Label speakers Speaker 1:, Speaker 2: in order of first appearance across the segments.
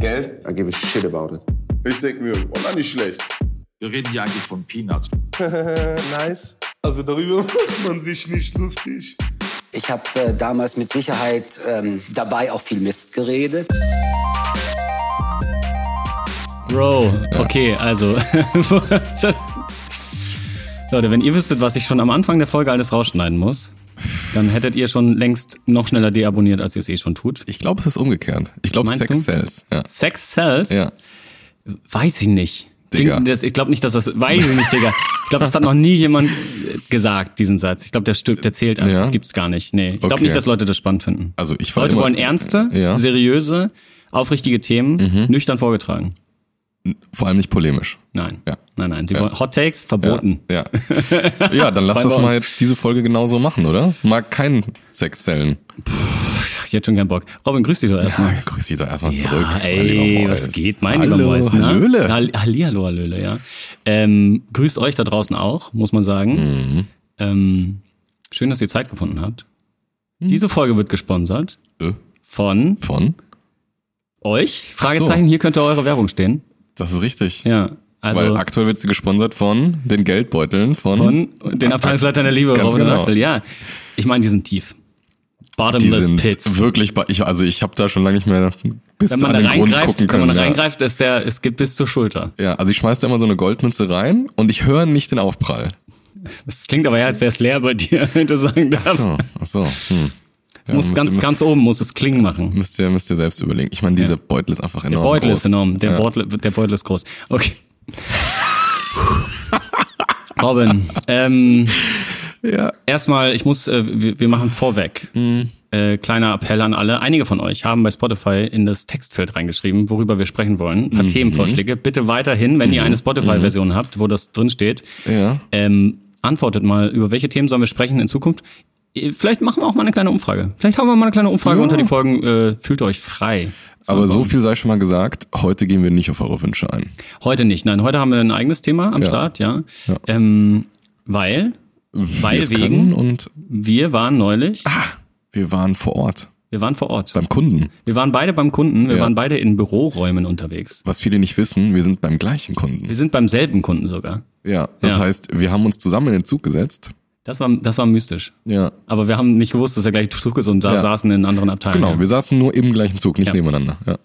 Speaker 1: Geld.
Speaker 2: I give a shit about it.
Speaker 3: Ich denke mir, oh na, nicht schlecht.
Speaker 4: Wir reden hier eigentlich von Peanuts.
Speaker 1: nice. Also darüber macht man sich nicht lustig.
Speaker 5: Ich habe äh, damals mit Sicherheit ähm, dabei auch viel Mist geredet.
Speaker 6: Bro, okay, also. das- Leute, wenn ihr wüsstet, was ich schon am Anfang der Folge alles rausschneiden muss, dann hättet ihr schon längst noch schneller deabonniert, als ihr es eh schon tut.
Speaker 7: Ich glaube, es ist umgekehrt. Ich glaube,
Speaker 6: Meinst
Speaker 7: Sex
Speaker 6: du?
Speaker 7: sells. Ja.
Speaker 6: Sex sells?
Speaker 7: Ja.
Speaker 6: Weiß ich nicht. Klingt
Speaker 7: Digga.
Speaker 6: Das, ich glaube nicht, dass das. Weiß ich nicht, Digga. Ich glaube, das hat noch nie jemand äh, gesagt, diesen Satz. Ich glaube, der stirbt, der zählt an.
Speaker 7: Ja.
Speaker 6: Das gibt's gar nicht. Nee. Ich glaube
Speaker 7: Okay.
Speaker 6: nicht, dass Leute das spannend finden.
Speaker 7: Also ich fand
Speaker 6: Leute
Speaker 7: immer-
Speaker 6: wollen ernste,
Speaker 7: Ja. Mhm.
Speaker 6: seriöse, aufrichtige Themen, nüchtern vorgetragen.
Speaker 7: Vor allem nicht polemisch.
Speaker 6: Nein.
Speaker 7: Ja.
Speaker 6: Nein, nein. Die wollen Hot Takes verboten.
Speaker 7: Ja. Ja, ja dann lass
Speaker 6: Vor
Speaker 7: das
Speaker 6: allem bei
Speaker 7: mal
Speaker 6: uns.
Speaker 7: jetzt diese Folge genauso machen, oder? Mag keinen Sex sellen.
Speaker 6: Ach, jetzt schon keinen Bock. Robin, grüß dich doch
Speaker 7: Ja,
Speaker 6: erstmal.
Speaker 7: grüß dich doch erstmal
Speaker 6: Ah. Ja,
Speaker 7: zurück. mein
Speaker 6: ey,
Speaker 7: lieber
Speaker 6: was
Speaker 7: Mois.
Speaker 6: geht, mein
Speaker 7: Hallo,
Speaker 6: lieber Mois, ne?
Speaker 7: Hallöle.
Speaker 6: Hall- Hallihallo, Hallöle, ja. Ähm, grüßt euch da draußen auch, muss man sagen.
Speaker 7: Mhm.
Speaker 6: Ähm, schön, dass ihr Zeit gefunden habt. Diese Folge wird gesponsert
Speaker 7: Hm. Äh,
Speaker 6: von
Speaker 7: Von?
Speaker 6: euch.
Speaker 7: Ach so.
Speaker 6: Fragezeichen, hier könnte eure Werbung stehen.
Speaker 7: Das ist richtig.
Speaker 6: Ja, also
Speaker 7: Weil aktuell wird sie gesponsert von den Geldbeuteln von,
Speaker 6: von den Abteilungsleitern der Liebe,
Speaker 7: Ganz
Speaker 6: Robin und
Speaker 7: genau.
Speaker 6: Axel. Ja, ich meine, die sind tief.
Speaker 7: Die
Speaker 6: Bottomless
Speaker 7: sind
Speaker 6: Pits.
Speaker 7: wirklich, bei- ich, also ich habe da schon lange nicht mehr bis
Speaker 6: Wenn man da
Speaker 7: an den Grund
Speaker 6: reingreift,
Speaker 7: gucken können.
Speaker 6: wenn man da
Speaker 7: ja.
Speaker 6: reingreift, ist der, es geht bis zur Schulter.
Speaker 7: Ja, also ich schmeiß da immer so eine Goldmünze rein und ich höre nicht den Aufprall.
Speaker 6: Das klingt aber ja, als wäre es leer bei dir, wenn ich das sagen darf.
Speaker 7: So, ach so. Hm.
Speaker 6: Es muss
Speaker 7: müsst
Speaker 6: ganz,
Speaker 7: ihr,
Speaker 6: ganz oben muss es klingen machen.
Speaker 7: müsst ihr müsst ihr selbst überlegen. Ich meine, dieser Beutel ist einfach enorm
Speaker 6: Beutel
Speaker 7: groß.
Speaker 6: ist enorm. Der,
Speaker 7: ja.
Speaker 6: Beutel, der Beutel ist groß. Okay. Robin, ähm,
Speaker 7: Ja. Mhm.
Speaker 6: erstmal, ich muss, äh, wir, wir machen vorweg. Äh, kleiner Appell an alle. Einige von euch haben bei Spotify in das Textfeld reingeschrieben, worüber wir sprechen wollen. Ein paar
Speaker 7: Mhm.
Speaker 6: Themenvorschläge. Bitte weiterhin, wenn ihr eine Spotify-Version habt, wo das drin steht,
Speaker 7: Ja.
Speaker 6: ähm, antwortet mal, über welche Themen sollen wir sprechen in Zukunft. Äh, Vielleicht machen wir auch mal eine kleine Umfrage. Vielleicht haben wir mal eine kleine Umfrage
Speaker 7: Ja.
Speaker 6: unter die Folgen. Äh, fühlt euch frei.
Speaker 7: Aber so viel sei schon mal gesagt, heute gehen wir nicht auf eure Wünsche ein.
Speaker 6: Heute nicht. Nein, heute haben wir ein eigenes Thema am
Speaker 7: Ja.
Speaker 6: Start, ja. Ähm, weil
Speaker 7: wir
Speaker 6: weil
Speaker 7: es
Speaker 6: wegen
Speaker 7: können und
Speaker 6: wir waren neulich,
Speaker 7: Ah. wir waren vor Ort
Speaker 6: wir waren vor Ort.
Speaker 7: beim Kunden.
Speaker 6: Wir waren beide beim Kunden, wir
Speaker 7: Ja.
Speaker 6: waren beide in Büroräumen unterwegs.
Speaker 7: Was viele nicht wissen, wir sind beim gleichen Kunden.
Speaker 6: Wir sind beim selben Kunden sogar.
Speaker 7: Ja, das
Speaker 6: Ja.
Speaker 7: heißt, wir haben uns zusammen in den Zug gesetzt.
Speaker 6: Das war, das war mystisch.
Speaker 7: Ja.
Speaker 6: Aber wir haben nicht gewusst, dass er gleich Zug ist und da
Speaker 7: Ja.
Speaker 6: saßen in anderen Abteilungen.
Speaker 7: Genau, wir saßen nur im gleichen Zug, nicht
Speaker 6: Ja.
Speaker 7: nebeneinander. Ja.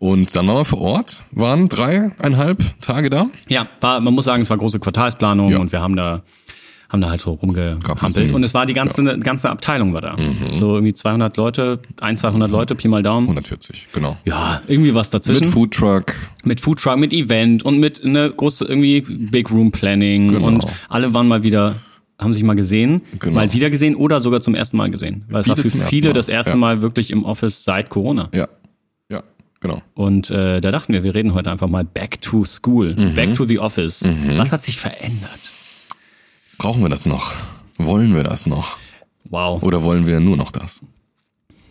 Speaker 7: Und dann waren wir vor Ort, waren dreieinhalb Tage da.
Speaker 6: Ja, war, man muss sagen, es war große Quartalsplanung
Speaker 7: Ja.
Speaker 6: und wir haben da haben da halt so
Speaker 7: Gab ein bisschen-
Speaker 6: rumgehampelt. Und es war die ganze, ganze Abteilung war da.
Speaker 7: Mhm.
Speaker 6: So irgendwie 200 Leute, ein, 200 Leute, Pi mal Daumen.
Speaker 7: 140, genau.
Speaker 6: Ja, irgendwie was dazwischen.
Speaker 7: Mit Foodtruck.
Speaker 6: mit Foodtruck, mit Event und mit ne große irgendwie Big Room Planning
Speaker 7: Genau.
Speaker 6: und alle waren mal wieder haben sich mal gesehen,
Speaker 7: Genau.
Speaker 6: mal wieder gesehen oder sogar zum ersten Mal gesehen. Weil es
Speaker 7: Viele
Speaker 6: war für
Speaker 7: zum ersten
Speaker 6: viele
Speaker 7: Mal,
Speaker 6: das erste
Speaker 7: ja.
Speaker 6: Mal wirklich im Office seit Corona.
Speaker 7: Ja. Ja, genau.
Speaker 6: Und äh, da dachten wir, wir reden heute einfach mal back to school,
Speaker 7: Mhm.
Speaker 6: back to the office. Was hat sich verändert?
Speaker 7: Brauchen wir das noch? Wollen wir das noch?
Speaker 6: Wow.
Speaker 7: Oder wollen wir nur noch das?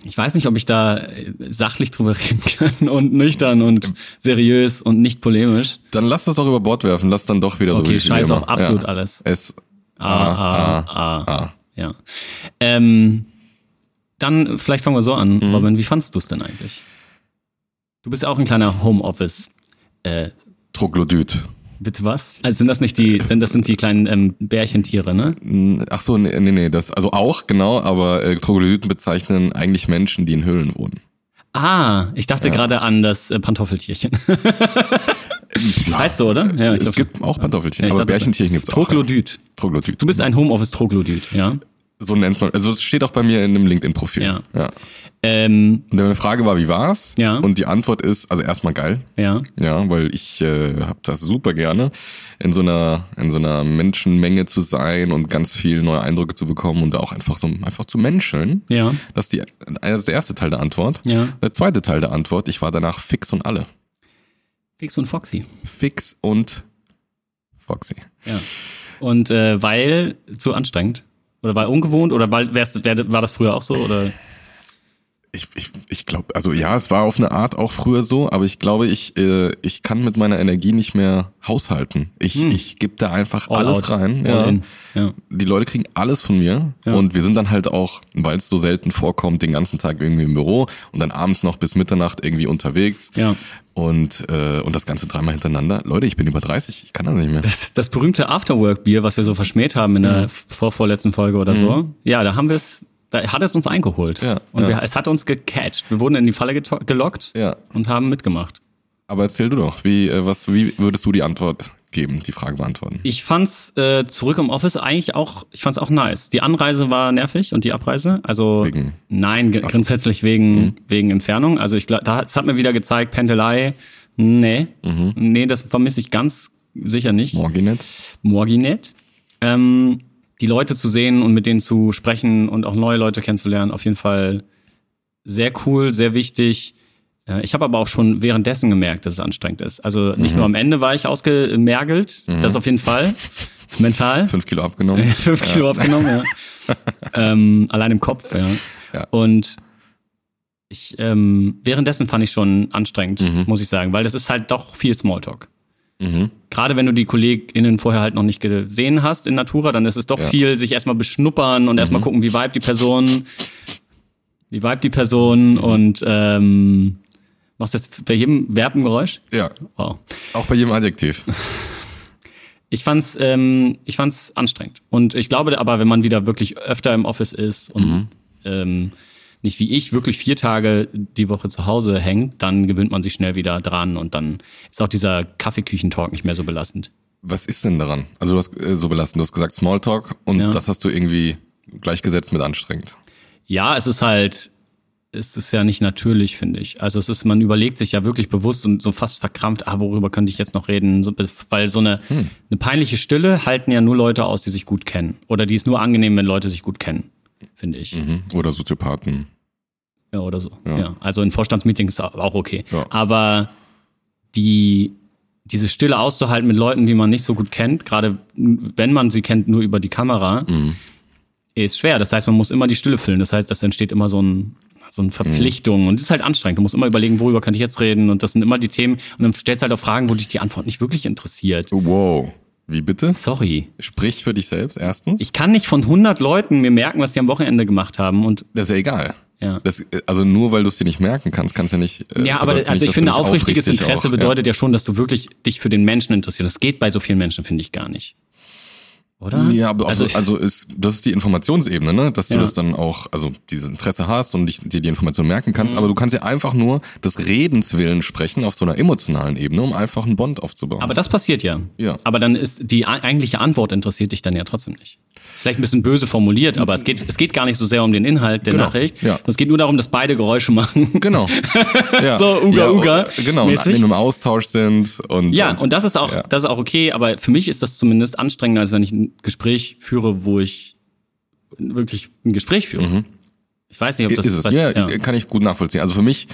Speaker 6: Ich weiß nicht, ob ich da äh, sachlich drüber reden kann und nüchtern und seriös und nicht polemisch.
Speaker 7: Dann lass das doch über Bord werfen, lass dann doch wieder so
Speaker 6: Okay,
Speaker 7: wirklich wie
Speaker 6: scheiß
Speaker 7: immer.
Speaker 6: auf absolut
Speaker 7: ja.
Speaker 6: alles.
Speaker 7: Es,
Speaker 6: Ah, ah, ah.
Speaker 7: ah.
Speaker 6: Ja. Ähm, dann vielleicht fangen wir so an,
Speaker 7: Mhm.
Speaker 6: Robin. Wie fandst du es denn eigentlich? Du bist ja auch ein kleiner Homeoffice. Äh,
Speaker 7: Troglodyt.
Speaker 6: bitte was? Also sind das nicht die, sind das sind die kleinen ähm, Bärchentiere, ne?
Speaker 7: N- Hm, Ach so, nee, nee, nee, das, also auch, genau, aber äh, Troglodyten bezeichnen eigentlich Menschen, die in Höhlen wohnen.
Speaker 6: Ah, ich dachte gerade an das äh, Pantoffeltierchen. Weißt du, oder? Ja, ich
Speaker 7: es
Speaker 6: glaub
Speaker 7: gibt
Speaker 6: schon.
Speaker 7: auch Pantoffelchen,
Speaker 6: Ja, ich
Speaker 7: aber
Speaker 6: dachte,
Speaker 7: Bärchentierchen gibt's auch. ja.
Speaker 6: Troglodyt.
Speaker 7: Troglodyt.
Speaker 6: Du bist ein Homeoffice-Troglodyt, ja?
Speaker 7: so nennt man, also es steht auch bei mir in einem LinkedIn-Profil.
Speaker 6: Ja.
Speaker 7: ja.
Speaker 6: Ähm,
Speaker 7: Und meine Frage war, wie war's?
Speaker 6: Ja.
Speaker 7: Und die Antwort ist, also erstmal geil.
Speaker 6: ja.
Speaker 7: Ja, weil ich äh, habe das super gerne, in so einer in so einer Menschenmenge zu sein und ganz viel neue Eindrücke zu bekommen und auch einfach so einfach zu menscheln.
Speaker 6: Ja.
Speaker 7: Das ist, die, äh, das ist der erste Teil der Antwort.
Speaker 6: Ja.
Speaker 7: Der zweite Teil der Antwort, ich war danach fix und alle.
Speaker 6: Fix und Foxy.
Speaker 7: Fix und Foxy.
Speaker 6: Ja. Und äh, weil zu anstrengend? Oder weil ungewohnt? Oder weil wär's, wär, war das früher auch so? Oder?
Speaker 7: ich, ich, ich glaube, also ja, es war auf eine Art auch früher so, aber ich glaube, ich, äh, ich kann mit meiner Energie nicht mehr haushalten. Ich, ich gebe da einfach
Speaker 6: Hm. All
Speaker 7: alles
Speaker 6: out.
Speaker 7: rein.
Speaker 6: All
Speaker 7: Ja.
Speaker 6: in. Ja.
Speaker 7: Die Leute kriegen alles von mir
Speaker 6: Ja.
Speaker 7: und wir sind dann halt auch, weil es so selten vorkommt, den ganzen Tag irgendwie im Büro und dann abends noch bis Mitternacht irgendwie unterwegs
Speaker 6: Ja.
Speaker 7: und, äh, und das Ganze dreimal hintereinander. Leute, ich bin über 30, ich kann das nicht mehr.
Speaker 6: Das, das berühmte Afterwork-Bier, was wir so verschmäht haben in
Speaker 7: Mhm.
Speaker 6: der vorvorletzten Folge oder so. Ja, da haben wir es, da hat es uns eingeholt.
Speaker 7: Ja,
Speaker 6: und
Speaker 7: ja.
Speaker 6: Wir, es hat uns gecatcht. Wir wurden in die Falle geto- gelockt
Speaker 7: Ja.
Speaker 6: und haben mitgemacht.
Speaker 7: aber erzähl du doch, wie, äh, was, wie würdest du die Antwort geben, die Frage beantworten?
Speaker 6: Ich fand's äh, zurück im Office eigentlich auch, ich fand's auch nice. Die Anreise war nervig und die Abreise, also
Speaker 7: Wegen-
Speaker 6: nein, ge- grundsätzlich wegen wegen Entfernung. Also ich glaube, da es hat mir wieder gezeigt, Pendelei, nee, nee, das vermisse ich ganz sicher nicht.
Speaker 7: Morginet?
Speaker 6: Morginet. Ähm, die Leute zu sehen und mit denen zu sprechen und auch neue Leute kennenzulernen, auf jeden Fall sehr cool, sehr wichtig. Äh, Ich habe aber auch schon währenddessen gemerkt, dass es anstrengend ist. Also nicht nur am Ende war ich ausgemergelt, das auf jeden Fall, mental.
Speaker 7: Fünf Kilo abgenommen?
Speaker 6: Fünf Kilo abgenommen, ja. ähm, allein im Kopf, ja.
Speaker 7: Ja.
Speaker 6: Und ich, ähm, währenddessen fand ich schon anstrengend, muss ich sagen, weil das ist halt doch viel Smalltalk. Gerade wenn du die KollegInnen vorher halt noch nicht gesehen hast in Natura, dann ist es doch viel, sich erstmal beschnuppern und erstmal gucken, wie vibe die Person, wie vibe die Person und ähm, machst du jetzt bei jedem Verb ein Geräusch?
Speaker 7: Ja,
Speaker 6: Wow.
Speaker 7: auch bei jedem Adjektiv.
Speaker 6: Ich fand's, ähm, ich fand's anstrengend. Und ich glaube aber, wenn man wieder wirklich öfter im Office ist und ähm, nicht wie ich wirklich vier Tage die Woche zu Hause hängt, dann gewöhnt man sich schnell wieder dran und dann ist auch dieser Kaffeeküchentalk nicht mehr so belastend.
Speaker 7: Was ist denn daran? Also du hast äh, so belastend, du hast gesagt Smalltalk und
Speaker 6: Ja.
Speaker 7: das hast du irgendwie gleichgesetzt mit anstrengend.
Speaker 6: Ja, es ist halt, es ist ja nicht natürlich, finde ich. Also es ist, man überlegt sich ja wirklich bewusst und so fast verkrampft, ah, worüber könnte ich jetzt noch reden? So, äh, weil so eine, eine peinliche Stille halten ja nur Leute aus, die sich gut kennen. Oder die ist nur angenehm, wenn Leute sich gut kennen, finde ich.
Speaker 7: Mhm. Oder Soziopathen.
Speaker 6: Ja, oder so. Ja.
Speaker 7: Ja.
Speaker 6: Also in Vorstandsmeetings ist auch okay.
Speaker 7: Ja.
Speaker 6: Aber die, diese Stille auszuhalten mit Leuten, die man nicht so gut kennt, gerade wenn man sie kennt, nur über die Kamera, ist schwer. Das heißt, man muss immer die Stille füllen. Das heißt, das entsteht immer so ein so eine Verpflichtung und das ist halt anstrengend. Du musst immer überlegen, worüber kann ich jetzt reden und das sind immer die Themen und dann stellst du halt auch Fragen, wo dich die Antwort nicht wirklich
Speaker 7: Oh.
Speaker 6: interessiert.
Speaker 7: Wow. Wie bitte?
Speaker 6: Sorry.
Speaker 7: Sprich für dich selbst erstens.
Speaker 6: Ich kann nicht von 100 Leuten mir merken, was die am Wochenende gemacht haben und
Speaker 7: das ist ja egal.
Speaker 6: Ja.
Speaker 7: Das, äh, also nur weil du es dir nicht merken kannst, kannst du ja nicht. äh,
Speaker 6: Ja, aber
Speaker 7: bedeutet
Speaker 6: also
Speaker 7: nicht, dass
Speaker 6: ich
Speaker 7: du
Speaker 6: finde,
Speaker 7: nicht
Speaker 6: aufrichtiges
Speaker 7: aufrichtig
Speaker 6: Interesse
Speaker 7: auch-
Speaker 6: bedeutet ja. schon, dass du wirklich dich für den Menschen interessierst. Das geht bei so vielen Menschen, finde ich, gar nicht. Oder?
Speaker 7: Ja, ja aber also,
Speaker 6: ich-
Speaker 7: also ist, das ist die Informationsebene, ne? dass du
Speaker 6: Ja.
Speaker 7: das dann auch, also dieses Interesse hast und dich, dir die Information merken
Speaker 6: Mhm.
Speaker 7: kannst, aber du kannst ja einfach nur des Redens willen sprechen auf so einer emotionalen Ebene, um einfach einen Bond aufzubauen.
Speaker 6: aber das passiert ja.
Speaker 7: Ja.
Speaker 6: Aber dann ist die a- eigentliche Antwort interessiert dich dann ja trotzdem nicht. Ist Vielleicht ein bisschen böse formuliert, aber es geht, es geht gar nicht so sehr um den Inhalt der
Speaker 7: Genau.
Speaker 6: Nachricht.
Speaker 7: Ja.
Speaker 6: sondern Es geht nur darum, dass beide Geräusche machen.
Speaker 7: Genau. Ja.
Speaker 6: So, Uga,
Speaker 7: ja,
Speaker 6: Uga
Speaker 7: äh, Genau, und
Speaker 6: mäßig.
Speaker 7: in einem Austausch sind und.
Speaker 6: Ja, und das ist auch,
Speaker 7: Ja.
Speaker 6: das ist auch okay, aber für mich ist das zumindest anstrengender, als wenn ich ein Gespräch führe, wo ich wirklich ein Gespräch führe. Ich weiß nicht, ob das
Speaker 7: Mhm. ist es.
Speaker 6: was-
Speaker 7: ja, kann ich gut nachvollziehen. Also für mich,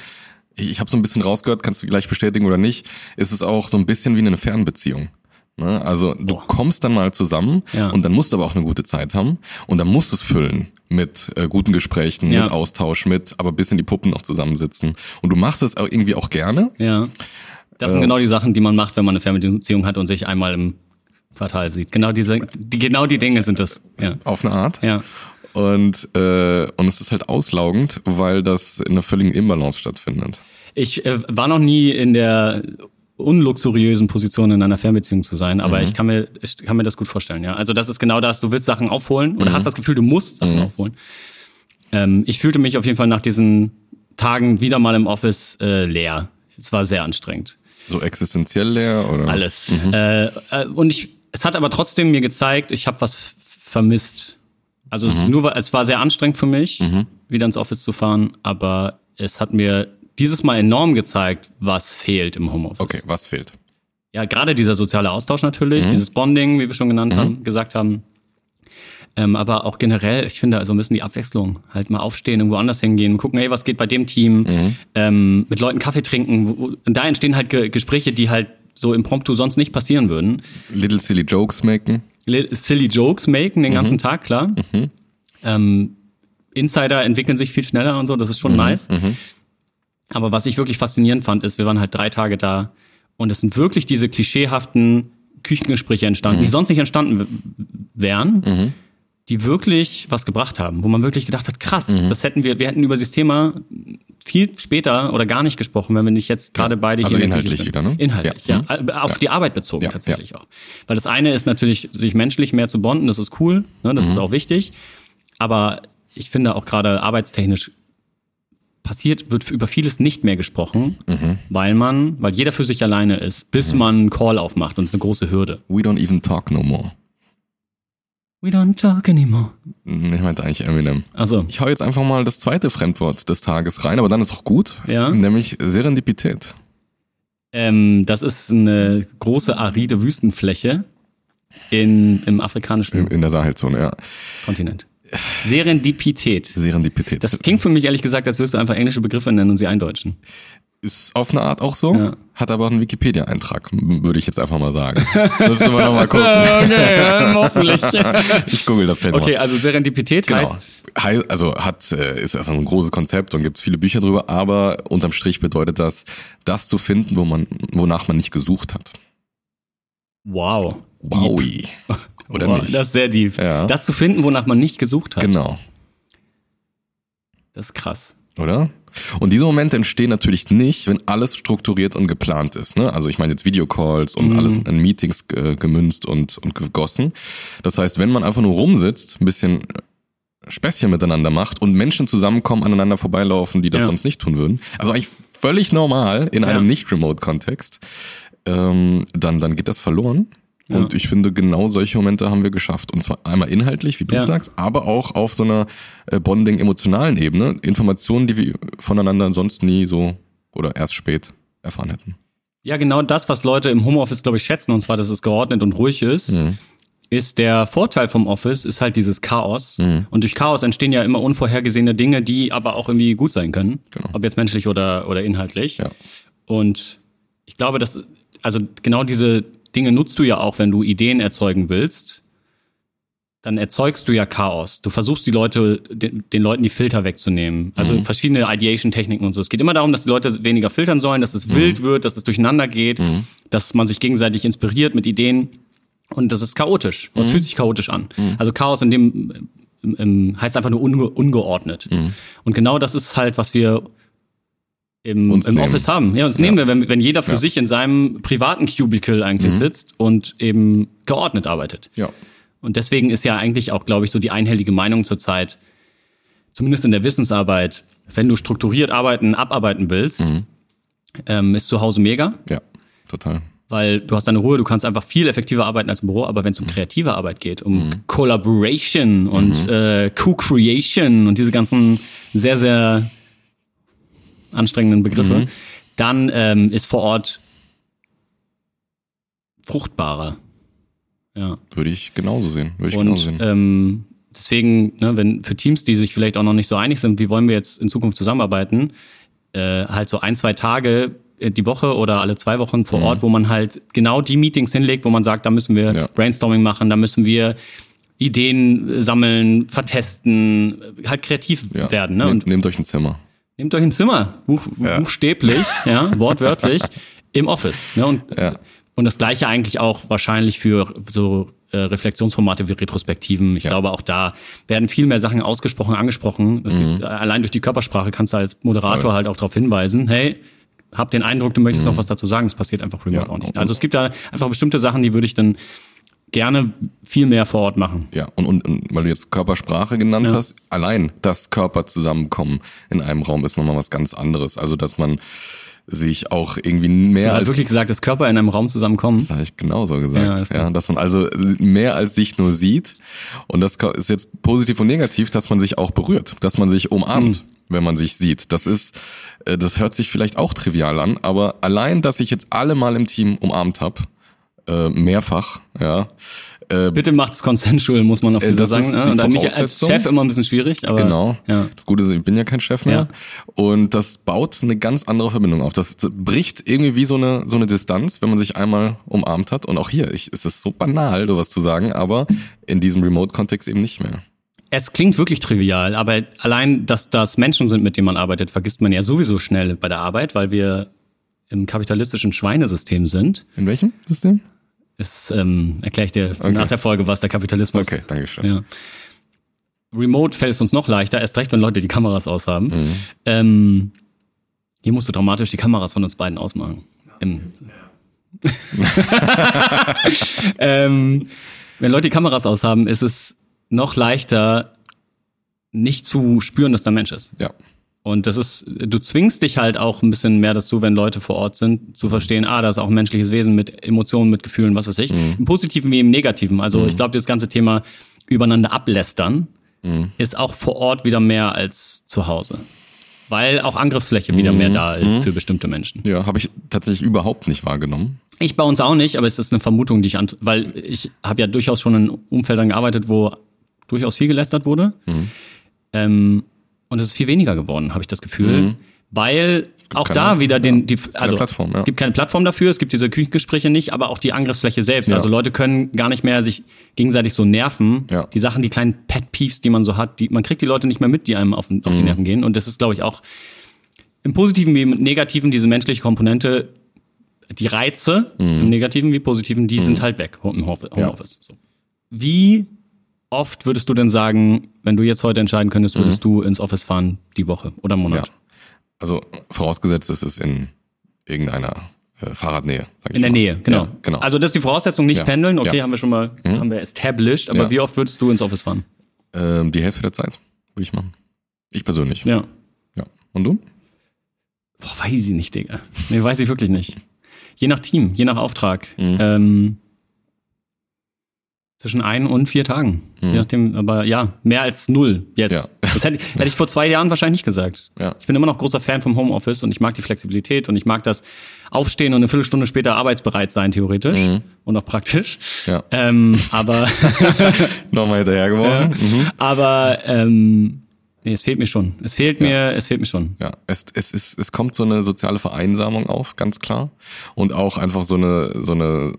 Speaker 7: ich habe so ein bisschen rausgehört, kannst du gleich bestätigen oder nicht, ist es auch so ein bisschen wie eine Fernbeziehung. Ne? Also du kommst dann mal zusammen
Speaker 6: Ja.
Speaker 7: und dann musst du aber auch eine gute Zeit haben und dann musst du es füllen mit äh, guten Gesprächen,
Speaker 6: Ja.
Speaker 7: mit Austausch, mit aber bis in die Puppen noch zusammensitzen. Und du machst es auch irgendwie auch gerne.
Speaker 6: Ja. Das sind genau die Sachen, die man macht, wenn man eine Fernbeziehung hat und sich einmal im Quartal sieht. Genau diese, die, genau die Dinge sind das. Ja.
Speaker 7: Auf eine Art.
Speaker 6: Ja.
Speaker 7: Und, äh, und es ist halt auslaugend, weil das in einer völligen Imbalance stattfindet.
Speaker 6: Ich äh, war noch nie in der unluxuriösen Position in einer Fernbeziehung zu sein, aber ich kann mir ich kann mir das gut vorstellen. Ja, also das ist genau das. Du willst Sachen aufholen oder hast das Gefühl, du musst Sachen aufholen. Ähm, ich fühlte mich auf jeden Fall nach diesen Tagen wieder mal im Office äh, leer. Es war sehr anstrengend.
Speaker 7: So existenziell leer oder?
Speaker 6: alles. Äh, äh, und ich, es hat aber trotzdem mir gezeigt, ich habe was f- vermisst. Also es, ist nur, wa- es war sehr anstrengend für mich, wieder ins Office zu fahren, aber es hat mir dieses Mal enorm gezeigt, was fehlt im Homeoffice.
Speaker 7: Okay, was fehlt?
Speaker 6: Ja, gerade dieser soziale Austausch natürlich, dieses Bonding, wie wir schon genannt haben, gesagt haben. Ähm, aber auch generell, ich finde, also ein bisschen die Abwechslung. Halt mal aufstehen, irgendwo anders hingehen, gucken, hey, was geht bei dem Team? Ähm, mit Leuten Kaffee trinken. Wo- Und da entstehen halt Ge Gespräche, die halt so impromptu sonst nicht passieren würden.
Speaker 7: Little silly jokes maken. Mhm.
Speaker 6: Li- Silly Jokes machen den ganzen Tag, klar. Ähm, Insider entwickeln sich viel schneller und so, das ist
Speaker 7: Mhm.
Speaker 6: schon nice. Aber was ich wirklich faszinierend fand, ist, wir waren halt drei Tage da und es sind wirklich diese klischeehaften Küchengespräche entstanden,
Speaker 7: Mhm.
Speaker 6: die sonst nicht entstanden w- wären, die wirklich was gebracht haben, wo man wirklich gedacht hat, krass,
Speaker 7: Mhm.
Speaker 6: das hätten wir, wir hätten über dieses Thema viel später oder gar nicht gesprochen, wenn wir nicht jetzt gerade beide
Speaker 7: also
Speaker 6: in der Küche
Speaker 7: inhaltlich
Speaker 6: stehen.
Speaker 7: wieder, ne?
Speaker 6: Inhaltlich,
Speaker 7: Ja.
Speaker 6: ja. Äh, Auf die Arbeit bezogen
Speaker 7: Ja,
Speaker 6: tatsächlich auch. Weil das eine ist natürlich, sich menschlich mehr zu bonden, das ist cool, ne? das ist auch wichtig. Aber ich finde auch gerade arbeitstechnisch passiert, wird über vieles nicht mehr gesprochen, weil man, weil jeder für sich alleine ist, bis man einen Call aufmacht und es ist eine große Hürde.
Speaker 7: We don't even talk no more.
Speaker 6: We don't talk anymore.
Speaker 7: Hm, Ich meinte eigentlich Eminem.
Speaker 6: Also,
Speaker 7: Ich hau jetzt einfach mal das zweite Fremdwort des Tages rein, aber dann ist auch gut.
Speaker 6: Ja.
Speaker 7: Nämlich Serendipität.
Speaker 6: ähm, das ist eine große aride Wüstenfläche in, im
Speaker 7: In,
Speaker 6: afrikanischen
Speaker 7: in der Sahelzone, ja.
Speaker 6: Kontinent. Serendipität.
Speaker 7: Serendipität.
Speaker 6: Das klingt für mich ehrlich gesagt, als würdest du einfach englische Begriffe nennen und sie eindeutschen.
Speaker 7: ist auf eine Art auch so,
Speaker 6: Ja.
Speaker 7: hat aber auch einen Wikipedia-Eintrag, m- würde ich jetzt einfach mal sagen. Müssen wir nochmal gucken.
Speaker 6: Okay, hoffentlich.
Speaker 7: Ich google das gleich mal.
Speaker 6: okay, also Serendipität
Speaker 7: Genau.
Speaker 6: heißt,
Speaker 7: Hei- Also hat, äh, ist also ein großes Konzept und gibt es viele Bücher drüber, aber unterm Strich bedeutet das, das zu finden, wo man, wonach man nicht gesucht hat.
Speaker 6: wow.
Speaker 7: Wowie. Oder
Speaker 6: Wow,
Speaker 7: nicht?
Speaker 6: Das ist sehr deep.
Speaker 7: Ja.
Speaker 6: Das zu finden, wonach man nicht gesucht hat.
Speaker 7: genau.
Speaker 6: Das ist krass.
Speaker 7: Oder? Und diese Momente entstehen natürlich nicht, wenn alles strukturiert und geplant ist. Ne? Also ich meine jetzt Videocalls
Speaker 6: Mhm.
Speaker 7: und alles in Meetings äh, gemünzt und, und gegossen. Das heißt, wenn man einfach nur rumsitzt, ein bisschen Späßchen miteinander macht und Menschen zusammenkommen, aneinander vorbeilaufen, die das
Speaker 6: Ja.
Speaker 7: sonst nicht tun würden. Also eigentlich völlig normal in einem
Speaker 6: Ja.
Speaker 7: nicht-Remote-Kontext. Ähm, dann, dann geht das verloren. Und ich finde, genau solche Momente haben wir geschafft. Und zwar einmal inhaltlich, wie du
Speaker 6: Ja.
Speaker 7: sagst, aber auch auf so einer äh, bonding-emotionalen Ebene. Informationen, die wir voneinander sonst nie so oder erst spät erfahren hätten.
Speaker 6: Ja, genau das, was Leute im Homeoffice, glaube ich, schätzen, und zwar, dass es geordnet und ruhig ist,
Speaker 7: Mhm.
Speaker 6: ist der Vorteil vom Office, ist halt dieses Chaos.
Speaker 7: Mhm.
Speaker 6: Und durch Chaos entstehen ja immer unvorhergesehene Dinge, die aber auch irgendwie gut sein können.
Speaker 7: Genau.
Speaker 6: Ob jetzt menschlich oder, oder inhaltlich.
Speaker 7: Ja.
Speaker 6: Und ich glaube, dass, also genau diese Dinge nutzt du ja auch, wenn du Ideen erzeugen willst. Dann erzeugst du ja Chaos. Du versuchst die Leute, den, den Leuten die Filter wegzunehmen. Also verschiedene Ideation-Techniken und so. Es geht immer darum, dass die Leute weniger filtern sollen, dass es wild wird, dass es durcheinander geht, dass man sich gegenseitig inspiriert mit Ideen. Und das ist chaotisch. Und Es fühlt sich chaotisch an. Also Chaos in dem im, im, heißt einfach nur unge, ungeordnet. Und genau das ist halt, was wir im,
Speaker 7: Uns
Speaker 6: im
Speaker 7: nehmen.
Speaker 6: Office haben. Ja, uns nehmen wir, wenn, wenn jeder für sich in seinem privaten Cubicle eigentlich sitzt und eben geordnet arbeitet.
Speaker 7: Ja.
Speaker 6: Und deswegen ist ja eigentlich auch, glaube ich, so die einhellige Meinung zurzeit, zumindest in der Wissensarbeit, wenn du strukturiert arbeiten, abarbeiten willst, ähm, ist zu Hause mega,
Speaker 7: Ja, total.
Speaker 6: weil du hast deine Ruhe, du kannst einfach viel effektiver arbeiten als im Büro, aber wenn es um kreative Arbeit geht, um Collaboration und äh, Co-Creation und diese ganzen sehr, sehr anstrengenden Begriffe, dann ähm, ist vor Ort fruchtbarer. Ja.
Speaker 7: Würde ich genauso sehen. Würde ich genauso
Speaker 6: Und
Speaker 7: sehen.
Speaker 6: ähm, deswegen, ne, wenn für Teams, die sich vielleicht auch noch nicht so einig sind, wie wollen wir jetzt in Zukunft zusammenarbeiten, äh, halt so ein, zwei Tage äh, die Woche oder alle zwei Wochen
Speaker 7: Mhm.
Speaker 6: vor Ort, wo man halt genau die Meetings hinlegt, wo man sagt, da müssen wir
Speaker 7: Ja.
Speaker 6: Brainstorming machen, da müssen wir Ideen äh, sammeln, vertesten, äh, halt kreativ
Speaker 7: ja.
Speaker 6: werden. Ne?
Speaker 7: Nehmt-
Speaker 6: Und
Speaker 7: nehmt euch ein Zimmer.
Speaker 6: nehmt euch ein Zimmer, buch,
Speaker 7: Ja.
Speaker 6: buchstäblich, ja, wortwörtlich, im Office. Ne? Und,
Speaker 7: Ja.
Speaker 6: und das gleiche eigentlich auch wahrscheinlich für so äh, Reflexionsformate wie Retrospektiven. Ich
Speaker 7: Ja.
Speaker 6: glaube, auch da werden viel mehr Sachen ausgesprochen, angesprochen. Das ist, äh, allein durch die Körpersprache kannst du als Moderator
Speaker 7: Mhm. Voll. Mhm.
Speaker 6: halt auch darauf hinweisen, hey, hab den Eindruck, du möchtest noch was dazu sagen. Das passiert einfach remote
Speaker 7: Ja.
Speaker 6: auch nicht. Also es gibt da einfach bestimmte Sachen, die würde ich dann gerne viel mehr vor Ort machen.
Speaker 7: Ja, und, und, und weil du jetzt Körpersprache genannt hast, allein das Körper zusammenkommen in einem Raum ist nochmal was ganz anderes. Also, dass man sich auch irgendwie
Speaker 6: Ja,
Speaker 7: mehr
Speaker 6: halt
Speaker 7: als
Speaker 6: wirklich gesagt, dass Körper in einem Raum zusammenkommen.
Speaker 7: also das habe ich genauso
Speaker 6: Ja,
Speaker 7: gesagt.
Speaker 6: ist
Speaker 7: Ja, dass man also mehr als sich nur sieht. Und das ko- ist jetzt positiv und negativ, dass man sich auch berührt, dass man sich umarmt,
Speaker 6: Mhm.
Speaker 7: wenn man sich sieht. Das ist, äh, das hört sich vielleicht auch trivial an, aber allein, dass ich jetzt alle mal im Team umarmt habe, äh, mehrfach, ja,
Speaker 6: Bitte macht's consensual, muss man auf
Speaker 7: Äh,
Speaker 6: diese
Speaker 7: das
Speaker 6: sagen.
Speaker 7: ist
Speaker 6: ne?
Speaker 7: die
Speaker 6: Und dann nicht als
Speaker 7: Voraussetzung.
Speaker 6: Chef immer ein bisschen schwierig, aber
Speaker 7: Genau.
Speaker 6: ja.
Speaker 7: Das Gute ist, ich bin ja kein Chef mehr. Und das baut eine ganz andere Verbindung auf. Das bricht irgendwie wie so eine, so eine Distanz, wenn man sich einmal umarmt hat. Und auch hier ich, es ist so banal, sowas zu sagen, aber in diesem Remote-Kontext eben nicht mehr.
Speaker 6: es klingt wirklich trivial, aber allein, dass das Menschen sind, mit denen man arbeitet, vergisst man ja sowieso schnell bei der Arbeit, weil wir im kapitalistischen Schweinesystem sind.
Speaker 7: In welchem System?
Speaker 6: Das ähm, erkläre ich dir nach der Folge, was der Kapitalismus
Speaker 7: Okay, Dankeschön.
Speaker 6: ja. Remote fällt es uns noch leichter, erst recht, wenn Leute die Kameras aushaben. Ähm, hier musst du dramatisch die Kameras von uns beiden ausmachen. Im ähm, wenn Leute die Kameras aushaben, ist es noch leichter, nicht zu spüren, dass da ein Mensch ist.
Speaker 7: Ja.
Speaker 6: Und das ist, du zwingst dich halt auch ein bisschen mehr dazu, wenn Leute vor Ort sind, zu verstehen, ah, da ist auch ein menschliches Wesen mit Emotionen, mit Gefühlen, was weiß ich. Im Positiven wie im Negativen. Also ich glaube, das ganze Thema übereinander ablästern ist auch vor Ort wieder mehr als zu Hause. Weil auch Angriffsfläche wieder mehr da ist für bestimmte Menschen.
Speaker 7: Ja, habe ich tatsächlich überhaupt nicht wahrgenommen.
Speaker 6: Ich bei uns auch nicht, aber es ist eine Vermutung, die ich an, weil ich habe ja durchaus schon in Umfeldern gearbeitet, wo durchaus viel gelästert wurde.
Speaker 7: Mhm.
Speaker 6: Ähm, und es ist viel weniger geworden, habe ich das Gefühl. Weil auch
Speaker 7: Mhm. keine-
Speaker 6: da wieder den, die, also
Speaker 7: Plattform, ja.
Speaker 6: es gibt keine Plattform dafür, es gibt diese Küchengespräche nicht, aber auch die Angriffsfläche selbst.
Speaker 7: Ja.
Speaker 6: Also Leute können gar nicht mehr sich gegenseitig so nerven.
Speaker 7: Ja.
Speaker 6: Die Sachen, die kleinen Pet Peeves, die man so hat, die, man kriegt die Leute nicht mehr mit, die einem auf, den- auf die
Speaker 7: Mhm.
Speaker 6: Nerven gehen. Und das ist, glaube ich, auch im Positiven wie im Negativen diese menschliche Komponente die Reize,
Speaker 7: Mhm.
Speaker 6: im Negativen wie Positiven, die sind halt weg im Homeoffice. Homeoffice. So. Wie oft würdest du denn sagen, wenn du jetzt heute entscheiden könntest, würdest du ins Office fahren die Woche oder Monat?
Speaker 7: Mhm. Ja. Also vorausgesetzt, es ist in irgendeiner äh, Fahrradnähe. Sag ich
Speaker 6: In der
Speaker 7: mal.
Speaker 6: Nähe, genau.
Speaker 7: Ja, genau.
Speaker 6: Also das ist die Voraussetzung, nicht
Speaker 7: Ja.
Speaker 6: pendeln. Okay,
Speaker 7: Ja. Mhm.
Speaker 6: haben wir schon mal, haben wir established. Aber
Speaker 7: Ja.
Speaker 6: wie oft würdest du ins Office fahren?
Speaker 7: ähm, die Hälfte der Zeit würde ich machen. Ich persönlich. Ja.
Speaker 6: Ja.
Speaker 7: Und du?
Speaker 6: Boah, weiß ich nicht, Digga. Nee, weiß ich wirklich nicht. Je nach Team, je nach Auftrag.
Speaker 7: Mhm.
Speaker 6: Ähm, zwischen ein und vier Tagen. Je nachdem, aber ja, mehr als null jetzt.
Speaker 7: Mhm. Ja.
Speaker 6: Das hätte, hätte ich vor zwei Jahren wahrscheinlich nicht gesagt.
Speaker 7: Ja.
Speaker 6: Ich bin immer noch großer Fan vom Homeoffice und ich mag die Flexibilität und ich mag das Aufstehen und eine Viertelstunde später arbeitsbereit sein, theoretisch und auch praktisch.
Speaker 7: Mhm. Ja.
Speaker 6: Ähm, aber
Speaker 7: Nochmal hinterhergeworfen. Mhm.
Speaker 6: aber ähm, nee, es fehlt mir schon. Es fehlt mir, es fehlt mir schon.
Speaker 7: Ja, es, es, ist, es kommt so eine soziale Vereinsamung auf, ganz klar. Und auch einfach so eine, so eine,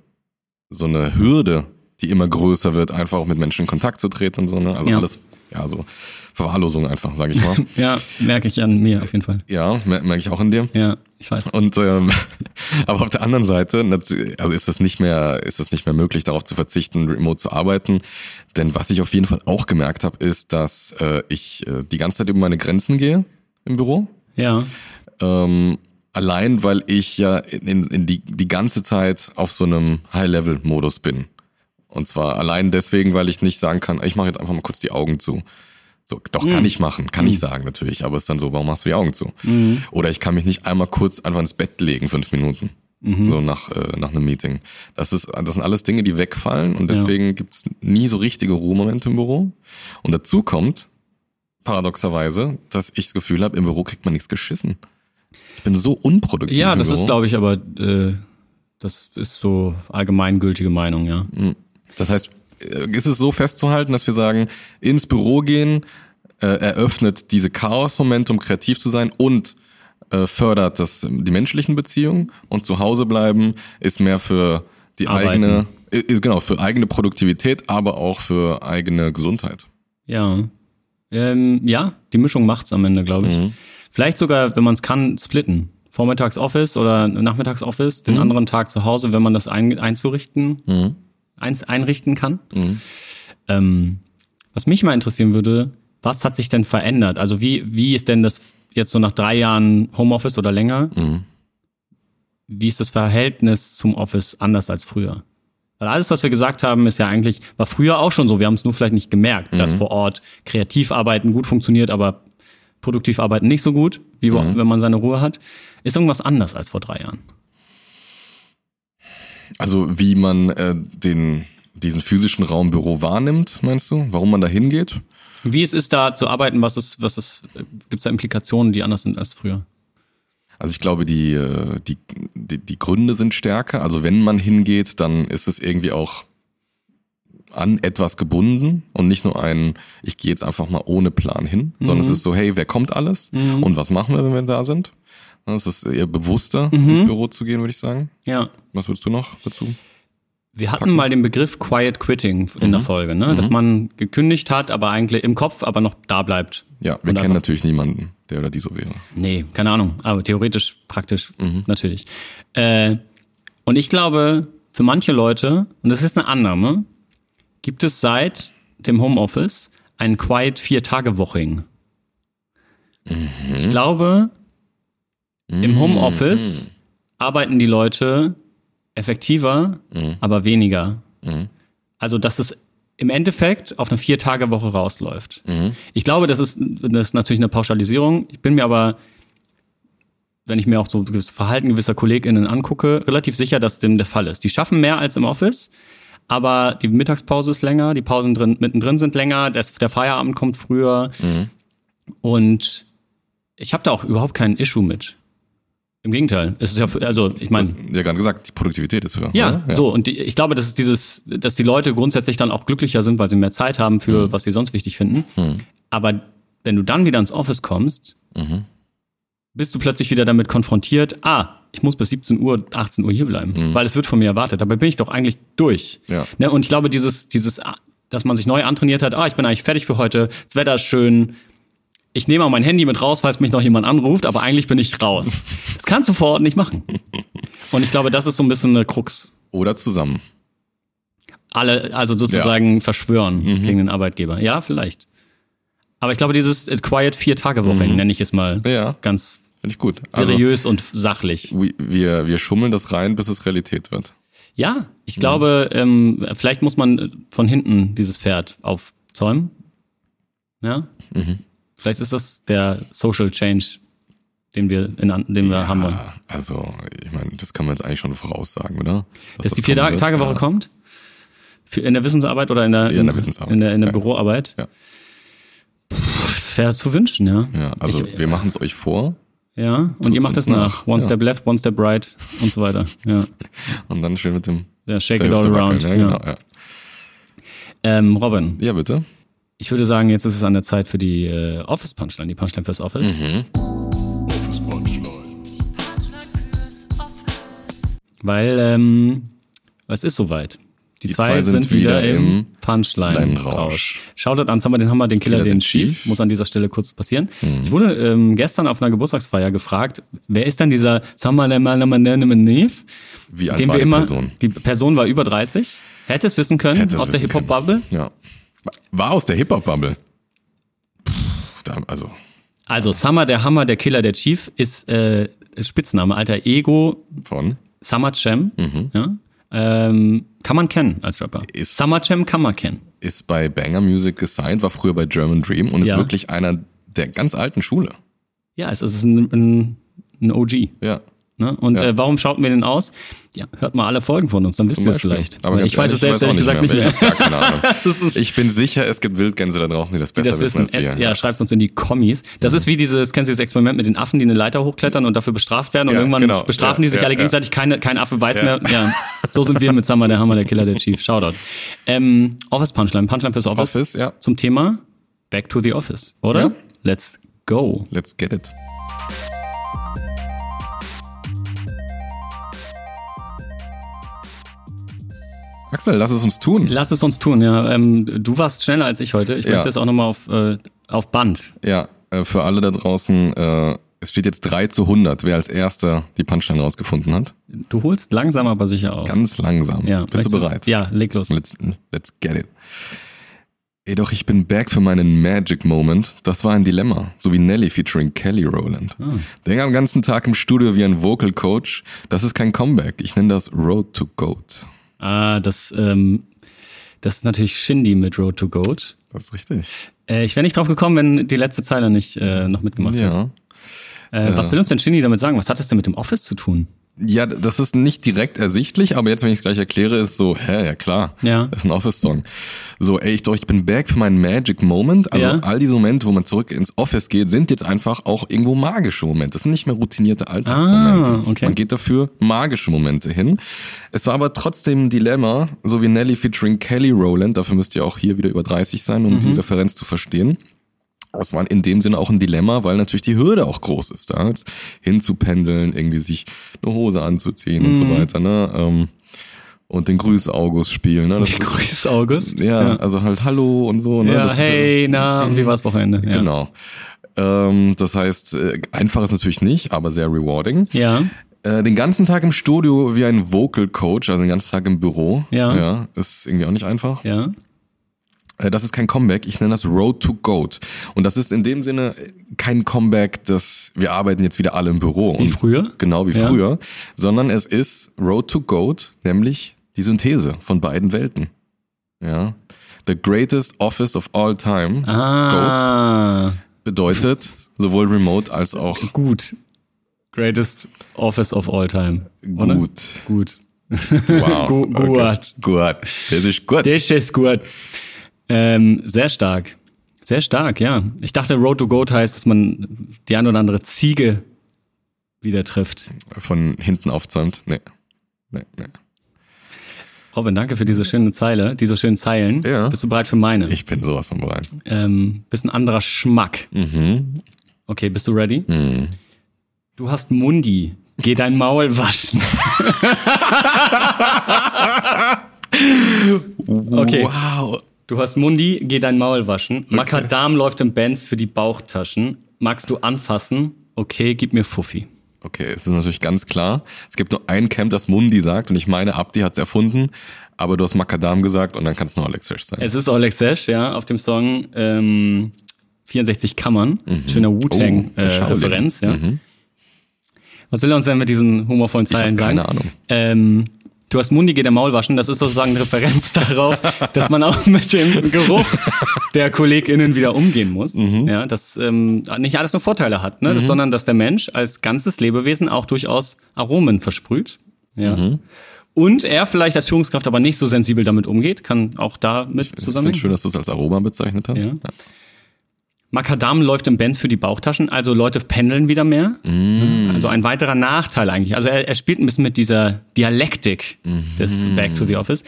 Speaker 7: so eine Hürde, die immer größer wird, einfach auch mit Menschen in Kontakt zu treten und so. Ne? Also
Speaker 6: Ja.
Speaker 7: alles, ja, so Verwahrlosung einfach, sage ich mal.
Speaker 6: Ja, merke ich an mir auf jeden Fall.
Speaker 7: ja, mer- merke ich auch in dir.
Speaker 6: Ja, ich weiß.
Speaker 7: Und ähm, aber auf der anderen Seite, natu- also ist es nicht mehr, ist es nicht mehr möglich, darauf zu verzichten, remote zu arbeiten. Denn was ich auf jeden Fall auch gemerkt habe, ist, dass äh, ich äh, die ganze Zeit über meine Grenzen gehe im Büro.
Speaker 6: Ja.
Speaker 7: Ähm, allein, weil ich ja in, in, in die, die ganze Zeit auf so einem High-Level-Modus bin. Und zwar allein deswegen, weil ich nicht sagen kann, ich mache jetzt einfach mal kurz die Augen zu. So, doch, kann
Speaker 6: Mhm.
Speaker 7: ich machen, kann ich sagen natürlich, aber es ist dann so, warum machst du die Augen zu?
Speaker 6: Mhm.
Speaker 7: Oder ich kann mich nicht einmal kurz einfach ins Bett legen, fünf Minuten.
Speaker 6: Mhm.
Speaker 7: So nach, äh, nach einem Meeting. Das, ist, das sind alles Dinge, die wegfallen und deswegen gibt's nie so richtige Ruhemomente im Büro. Und dazu kommt, paradoxerweise, dass ich das Gefühl habe, im Büro kriegt man nichts geschissen. Ich bin so unproduktiv.
Speaker 6: Ja,
Speaker 7: im
Speaker 6: das
Speaker 7: Büro.
Speaker 6: ist, glaube ich, aber äh, das ist so allgemeingültige Meinung, ja.
Speaker 7: Hm. Das heißt, äh, ist es so festzuhalten, dass wir sagen, ins Büro gehen äh, eröffnet diese Chaos-Momente, um kreativ zu sein und äh, fördert das, ähm, die menschlichen Beziehungen und zu Hause bleiben ist mehr für die
Speaker 6: Arbeiten.
Speaker 7: eigene, äh, äh, genau, für eigene Produktivität, aber auch für eigene Gesundheit.
Speaker 6: Ja. Ähm, ja, die Mischung macht's am Ende, glaube ich. Vielleicht sogar, wenn man es kann, splitten. Vormittags Office oder nachmittags Office, den anderen Tag zu Hause, wenn man das ein, einzurichten, eins, einrichten kann. Ähm, was mich mal interessieren würde, was hat sich denn verändert? Also wie, wie ist denn das jetzt so nach drei Jahren Homeoffice oder länger? Wie ist das Verhältnis zum Office anders als früher? Weil alles, was wir gesagt haben, ist ja eigentlich, war früher auch schon so. Wir haben es nur vielleicht nicht gemerkt, dass vor Ort kreativ arbeiten gut funktioniert, aber produktiv arbeiten nicht so gut, wie wo- wenn man seine Ruhe hat. Ist irgendwas anders als vor drei Jahren?
Speaker 7: Also wie man äh, den, diesen physischen Raum Büro wahrnimmt, meinst du? Warum man da hingeht?
Speaker 6: Wie es ist, da zu arbeiten, was ist, was ist, gibt es da Implikationen, die anders sind als früher?
Speaker 7: Also ich glaube, die, äh, die, die, die Gründe sind stärker. Also wenn man hingeht, dann ist es irgendwie auch an etwas gebunden und nicht nur ein, ich gehe jetzt einfach mal ohne Plan hin, sondern
Speaker 6: Mhm.
Speaker 7: es ist so, hey, wer kommt alles und was machen wir, wenn wir da sind?
Speaker 6: Mhm.
Speaker 7: Es ist eher bewusster, ins Büro zu gehen, würde ich sagen.
Speaker 6: Ja.
Speaker 7: Was würdest du noch dazu?
Speaker 6: Wir hatten mal den Begriff Quiet Quitting in der Folge, ne? Dass man gekündigt hat, aber eigentlich im Kopf, aber noch da bleibt.
Speaker 7: Ja, wir
Speaker 6: Und
Speaker 7: kennen natürlich niemanden, der oder die so wäre.
Speaker 6: Nee, keine Ahnung. Aber theoretisch, praktisch, natürlich. Äh, und ich glaube, für manche Leute, und das ist eine Annahme, gibt es seit dem Homeoffice ein Quiet Vier-Tage-Woching. Ich glaube, im Homeoffice arbeiten die Leute effektiver, aber weniger. Also, dass es im Endeffekt auf eine Vier-Tage-Woche rausläuft. Ich glaube, das ist, das ist natürlich eine Pauschalisierung. Ich bin mir aber, wenn ich mir auch so das Verhalten gewisser KollegInnen angucke, relativ sicher, dass dem der Fall ist. Die schaffen mehr als im Office, aber die Mittagspause ist länger, die Pausen drin, mittendrin sind länger, das, der Feierabend kommt früher. Und ich habe da auch überhaupt kein Issue mit. Im Gegenteil. Es ist ja, also ich meine,
Speaker 7: Ja, gerade gesagt, die Produktivität ist höher.
Speaker 6: ja,
Speaker 7: oder?
Speaker 6: so. Und die, ich glaube, das ist dieses, dass die Leute grundsätzlich dann auch glücklicher sind, weil sie mehr Zeit haben für, was sie sonst wichtig finden. Aber wenn du dann wieder ins Office kommst, bist du plötzlich wieder damit konfrontiert, ah, ich muss bis 17 Uhr, 18 Uhr hier bleiben, weil es wird von mir erwartet. Dabei bin ich doch eigentlich durch.
Speaker 7: Ja.
Speaker 6: Ne? Und ich glaube, dieses, dieses, ah, dass man sich neu antrainiert hat, ah, ich bin eigentlich fertig für heute, das Wetter ist schön, ich nehme auch mein Handy mit raus, falls mich noch jemand anruft, aber eigentlich bin ich raus. Das kannst du vor Ort nicht machen. Und ich glaube, das ist so ein bisschen eine Krux.
Speaker 7: Oder zusammen.
Speaker 6: Alle, also sozusagen verschwören
Speaker 7: Mhm.
Speaker 6: gegen den Arbeitgeber. Ja, vielleicht. Aber ich glaube, dieses äh, Quiet Vier-Tage-Woche
Speaker 7: Mhm.
Speaker 6: nenne ich es mal
Speaker 7: Ja.
Speaker 6: ganz
Speaker 7: Finde ich gut.
Speaker 6: seriös und sachlich.
Speaker 7: Also, wi- wir, wir schummeln das rein, bis es Realität wird.
Speaker 6: Ja,
Speaker 7: Mhm.
Speaker 6: ich glaube, ähm, vielleicht muss man von hinten dieses Pferd aufzäumen. Ja.
Speaker 7: Mhm.
Speaker 6: Vielleicht ist das der Social Change, den wir, in, an- den wir haben wollen.
Speaker 7: Ah, Also, ich meine, das kann man jetzt eigentlich schon voraussagen, oder?
Speaker 6: Dass die
Speaker 7: das kommen wird,
Speaker 6: Vier-Tage-Woche
Speaker 7: ja.
Speaker 6: kommt? Für, in der Wissensarbeit oder in der,
Speaker 7: Ja, in der Wissensarbeit.
Speaker 6: In der, in der
Speaker 7: Ja.
Speaker 6: Büroarbeit?
Speaker 7: Ja.
Speaker 6: Puh, das wäre zu wünschen, ja.
Speaker 7: Ja, also
Speaker 6: Ich,
Speaker 7: wir machen es euch vor
Speaker 6: ja. Und ihr macht
Speaker 7: uns
Speaker 6: es nach.
Speaker 7: nach.
Speaker 6: One
Speaker 7: Ja.
Speaker 6: step left, one step right und so weiter. Ja,
Speaker 7: und dann schön mit dem
Speaker 6: ja shake
Speaker 7: der
Speaker 6: it all
Speaker 7: Hüfte
Speaker 6: around.
Speaker 7: wackeln. Ja, genau,
Speaker 6: ja.
Speaker 7: ja.
Speaker 6: Ähm, Robin,
Speaker 7: ja, bitte.
Speaker 6: ich würde sagen, jetzt ist es an der Zeit für die äh, Office-Punchline, die Punchline fürs Office.
Speaker 7: Mhm.
Speaker 6: Weil ähm, es ist soweit. Die, zwei, sind, wieder, im Punchline-Rausch.
Speaker 7: Punchline-Rausch.
Speaker 6: Shoutout an Summer, den Hammer, den Killer, den Chief. Muss an dieser Stelle kurz passieren.
Speaker 7: Mhm.
Speaker 6: Ich wurde ähm, gestern auf einer Geburtstagsfeier gefragt, wer ist denn dieser Summer, den Hammer, den Chief?
Speaker 7: Wie alt
Speaker 6: Den
Speaker 7: war
Speaker 6: wir
Speaker 7: die
Speaker 6: immer,
Speaker 7: Person?
Speaker 6: die Person war über 30. Hätte es wissen können,
Speaker 7: Hätte es
Speaker 6: aus der
Speaker 7: wissen können.
Speaker 6: Hip-Hop-Bubble.
Speaker 7: Ja. War aus der Hip-Hop-Bubble. Pff, da- Also,
Speaker 6: Also Summer, der Hammer, der Killer, der Chief ist äh, Spitzname, alter Ego,
Speaker 7: von
Speaker 6: Summer Cem. Ja? Ähm, kann man kennen als Rapper.
Speaker 7: Mhm. Ist-
Speaker 6: Summer Cem kann man kennen.
Speaker 7: ist bei Banger Music gesigned, war früher bei German Dream und
Speaker 6: Ja.
Speaker 7: ist wirklich einer der ganz alten Schule.
Speaker 6: Ja, es ist ein, ein, ein OG.
Speaker 7: Ja.
Speaker 6: Ne? Und
Speaker 7: Ja.
Speaker 6: äh, warum schauten wir den aus? Ja, hört mal alle Folgen von uns, dann wisst ihr es vielleicht.
Speaker 7: Aber
Speaker 6: Weil
Speaker 7: ganz
Speaker 6: ich weiß es
Speaker 7: ehrlich,
Speaker 6: selbst ehrlich gesagt nicht
Speaker 7: ich
Speaker 6: mehr.
Speaker 7: weiß auch nicht mehr. Ich hab gar keine
Speaker 6: Das
Speaker 7: Ahnung.
Speaker 6: ist-
Speaker 7: Ich bin sicher, es gibt Wildgänse da draußen, die das besser
Speaker 6: Das
Speaker 7: wissen
Speaker 6: wissen,
Speaker 7: als wir. Mhm.
Speaker 6: es- ja, schreibt's uns in die Kommis. Das ist wie dieses, kennst du dieses Experiment mit den Affen, die eine Leiter hochklettern und dafür bestraft werden und
Speaker 7: Ja,
Speaker 6: irgendwann
Speaker 7: genau.
Speaker 6: bestrafen
Speaker 7: Ja,
Speaker 6: die sich
Speaker 7: ja,
Speaker 6: alle
Speaker 7: ja.
Speaker 6: gegenseitig, keine, kein Affe weiß
Speaker 7: Ja.
Speaker 6: mehr. Ja, so sind wir mit Summer, der Hammer, der Killer, der Chief. Shoutout. Ähm, Office Punchline, Punchline fürs Office.
Speaker 7: Office, ja.
Speaker 6: Zum Thema Back to the Office, oder?
Speaker 7: Ja.
Speaker 6: Let's go.
Speaker 7: Let's get it. Axel, lass es uns tun.
Speaker 6: Lass es uns tun, ja. Ähm, du warst schneller als ich heute. Ich
Speaker 7: Ja.
Speaker 6: möchte es auch nochmal auf, äh, auf Band.
Speaker 7: Ja, äh, für alle da draußen, äh, es steht jetzt 3 zu 100, wer als erster die Punchline rausgefunden hat.
Speaker 6: Du holst langsam aber sicher auf.
Speaker 7: Ganz langsam.
Speaker 6: ja.
Speaker 7: Bist du
Speaker 6: Möchtest-
Speaker 7: bereit?
Speaker 6: Ja, leg los.
Speaker 7: Let's, let's get it. Jedoch, ich bin back für meinen Magic Moment. Das war ein Dilemma. So wie Nelly featuring Kelly Rowland. Denk am ganzen Tag im Studio wie ein Vocal Coach. Das ist kein Comeback. Ich nenne das Road to Goat.
Speaker 6: Ah, das, ähm, das ist natürlich Shindy mit Road to Goat.
Speaker 7: Das ist richtig.
Speaker 6: Äh, ich wäre nicht drauf gekommen, wenn die letzte Zeile nicht äh, noch mitgemacht ist.
Speaker 7: Ja.
Speaker 6: Äh, Was will uns denn Shindy damit sagen? Was hat das denn mit dem Office zu tun?
Speaker 7: Ja, das ist nicht direkt ersichtlich, aber jetzt, wenn ich es gleich erkläre, ist so, hä, ja klar,
Speaker 6: Ja.
Speaker 7: das ist ein Office-Song. So, ey, ich, doch, ich bin back für meinen Magic Moment. Also
Speaker 6: Ja.
Speaker 7: all diese Momente, wo man zurück ins Office geht, sind jetzt einfach auch irgendwo magische Momente. Das sind nicht mehr routinierte Alltagsmomente.
Speaker 6: Ah, okay.
Speaker 7: Man geht dafür magische Momente hin. Es war aber trotzdem ein Dilemma, so wie Nelly featuring Kelly Rowland, dafür müsst ihr auch hier wieder über 30 sein,
Speaker 6: Mhm.
Speaker 7: um die Referenz zu verstehen. Das war in dem Sinne auch ein Dilemma, weil natürlich die Hürde auch groß ist, da jetzt
Speaker 6: Mhm.
Speaker 7: hinzupendeln, irgendwie sich eine Hose anzuziehen und so weiter. Ne? Ähm, und den Grüß August spielen. Ne? Das ist-
Speaker 6: Grüß August.
Speaker 7: ja, also halt Hallo und so. Ne?
Speaker 6: Ja,
Speaker 7: Das ist-
Speaker 6: hey, na, und wie war's Wochenende? Ja.
Speaker 7: Genau. Ähm, das heißt, äh, einfach ist natürlich nicht, aber sehr rewarding.
Speaker 6: Ja.
Speaker 7: Äh, den ganzen Tag im Studio wie ein Vocal Coach, also den ganzen Tag im Büro.
Speaker 6: Ja.
Speaker 7: ja ist irgendwie auch nicht einfach.
Speaker 6: Ja.
Speaker 7: Äh, Das ist kein Comeback, ich nenne das Road to Goat. Und das ist in dem Sinne kein Comeback, dass wir arbeiten jetzt wieder alle im Büro.
Speaker 6: Wie
Speaker 7: Und
Speaker 6: früher?
Speaker 7: Genau wie
Speaker 6: Ja.
Speaker 7: früher. Sondern es ist Road to Goat, nämlich die Synthese von beiden Welten. Ja. The greatest office of all time, Goat,
Speaker 6: Ah,
Speaker 7: bedeutet sowohl remote als auch
Speaker 6: gut. Greatest Office of all time. oder?
Speaker 7: gut.
Speaker 6: Gut.
Speaker 7: Wow.
Speaker 6: Gu- Guat.
Speaker 7: Gut. Das ist gut.
Speaker 6: Das ist gut. Ähm, sehr stark. Sehr stark, ja. Ich dachte, Road to Goat heißt, dass man die ein oder andere Ziege wieder trifft.
Speaker 7: Von hinten aufzäumt. Nee. Nee, nee.
Speaker 6: Robin, danke für diese schöne Zeile, diese schönen Zeilen.
Speaker 7: Ja.
Speaker 6: Bist du bereit für meine?
Speaker 7: Ich bin sowas von bereit.
Speaker 6: Ähm, bisschen anderer Schmack.
Speaker 7: Mhm.
Speaker 6: Okay, bist du ready?
Speaker 7: Mhm.
Speaker 6: Du hast Mundi. Geh dein Maul waschen. Okay.
Speaker 7: Wow.
Speaker 6: Du hast Mundi, geh dein Maul waschen. Makadam läuft im Benz für die Bauchtaschen. Magst du anfassen? Okay, gib mir Fuffi.
Speaker 7: Okay, es ist natürlich ganz klar. Es gibt nur ein Camp, das Mundi sagt und ich meine, Abdi hat es erfunden, aber du hast Makadam gesagt und dann kann es nur Alex Fish sein.
Speaker 6: Es ist Oleg Sesh, ja, auf dem Song ähm, 64 Kammern. Schöner
Speaker 7: Oh, der Shaolin.
Speaker 6: Wu-Tang-Referenz, ja. Was will er uns denn mit diesen humorvollen
Speaker 7: hab
Speaker 6: Zeilen sagen?
Speaker 7: keine Ahnung.
Speaker 6: Ähm, du hast Mundi, geh der Maul waschen. Das ist sozusagen eine Referenz darauf, dass man auch mit dem Geruch der KollegInnen wieder umgehen muss.
Speaker 7: Mhm.
Speaker 6: Ja, dass ähm, nicht alles nur Vorteile hat, ne? das, sondern dass der Mensch als ganzes Lebewesen auch durchaus Aromen versprüht. Ja.
Speaker 7: Mhm.
Speaker 6: Und er vielleicht als Führungskraft aber nicht so sensibel damit umgeht, kann auch damit
Speaker 7: ich finde
Speaker 6: zusammenhängen.
Speaker 7: schön, dass du es als Aroma bezeichnet hast.
Speaker 6: Ja. Makadam läuft im Benz für die Bauchtaschen, also Leute pendeln wieder mehr.
Speaker 7: Mhm.
Speaker 6: Also ein weiterer Nachteil eigentlich. Also er, er spielt ein bisschen mit dieser Dialektik des
Speaker 7: Mhm.
Speaker 6: Back to the Office.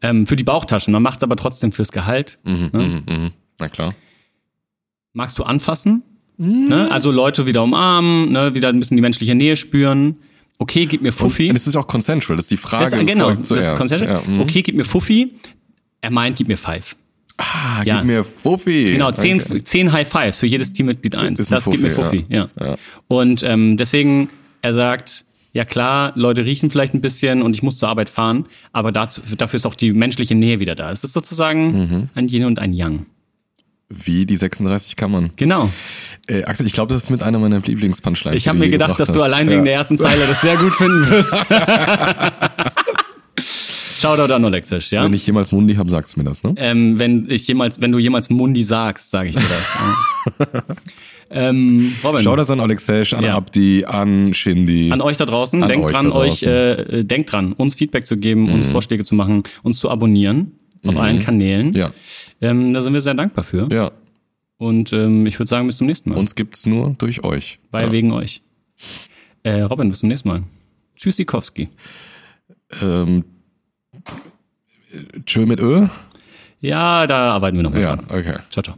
Speaker 6: Ähm, für die Bauchtaschen, man macht es aber trotzdem fürs Gehalt.
Speaker 7: Mhm. Na klar.
Speaker 6: Magst du anfassen?
Speaker 7: Mhm.
Speaker 6: Ne? Also Leute wieder umarmen, ne? wieder ein bisschen die menschliche Nähe spüren. Okay, gib mir Fuffi.
Speaker 7: Und es ist auch consensual, das ist die Frage.
Speaker 6: Das- genau,
Speaker 7: folgt
Speaker 6: das ist Konzept.
Speaker 7: Ja, mhm.
Speaker 6: Okay, gib mir Fuffi. Er meint, gib mir Five.
Speaker 7: ah,
Speaker 6: ja.
Speaker 7: gib mir Fuffi.
Speaker 6: Genau, zehn,
Speaker 7: Danke.
Speaker 6: zehn High Fives für jedes Teammitglied eins.
Speaker 7: Ist ein
Speaker 6: das gibt mir
Speaker 7: Fuffi,
Speaker 6: Fuffi, ja. Und ähm, deswegen, er sagt, ja klar, Leute riechen vielleicht ein bisschen und ich muss zur Arbeit fahren, aber dazu, dafür ist auch die menschliche Nähe wieder da. Es ist sozusagen
Speaker 7: Mhm.
Speaker 6: ein Yin und ein Yang.
Speaker 7: Wie die 36 Kammern.
Speaker 6: Genau.
Speaker 7: Äh, Axel, ich glaube, das ist mit einer meiner Lieblingspunchlines.
Speaker 6: Ich habe
Speaker 7: die
Speaker 6: mir
Speaker 7: du
Speaker 6: gedacht, dass du
Speaker 7: hast.
Speaker 6: allein
Speaker 7: Ja.
Speaker 6: wegen der ersten Zeile das sehr gut finden wirst. Shoutout an Olexisch, ja?
Speaker 7: Wenn ich jemals Mundi habe, sagst du mir das, ne?
Speaker 6: ne? ähm, wenn ich jemals, wenn du jemals Mundi sagst, sage ich dir das. ähm, Robin.
Speaker 7: Schau das an Alex Hesch, an
Speaker 6: Ja.
Speaker 7: Abdi, an Shindy.
Speaker 6: An euch da draußen,
Speaker 7: An
Speaker 6: denkt
Speaker 7: euch
Speaker 6: dran,
Speaker 7: da
Speaker 6: euch,
Speaker 7: draußen. Mhm.
Speaker 6: äh, äh, denkt dran, uns Feedback zu geben, uns Vorschläge zu machen, uns zu abonnieren auf allen Kanälen.
Speaker 7: Ja,
Speaker 6: Ähm, da sind wir sehr dankbar für.
Speaker 7: ja.
Speaker 6: Und ähm, ich würde sagen, bis zum nächsten Mal.
Speaker 7: Uns gibt's nur durch euch.
Speaker 6: Bei wegen euch. Äh, Robin, bis zum nächsten Mal. Tschüss, Sikowski.
Speaker 7: Ähm, tschö mit Ö?
Speaker 6: Ja, da arbeiten wir noch mal
Speaker 7: Ja,
Speaker 6: dran.
Speaker 7: okay.
Speaker 6: Ciao, ciao.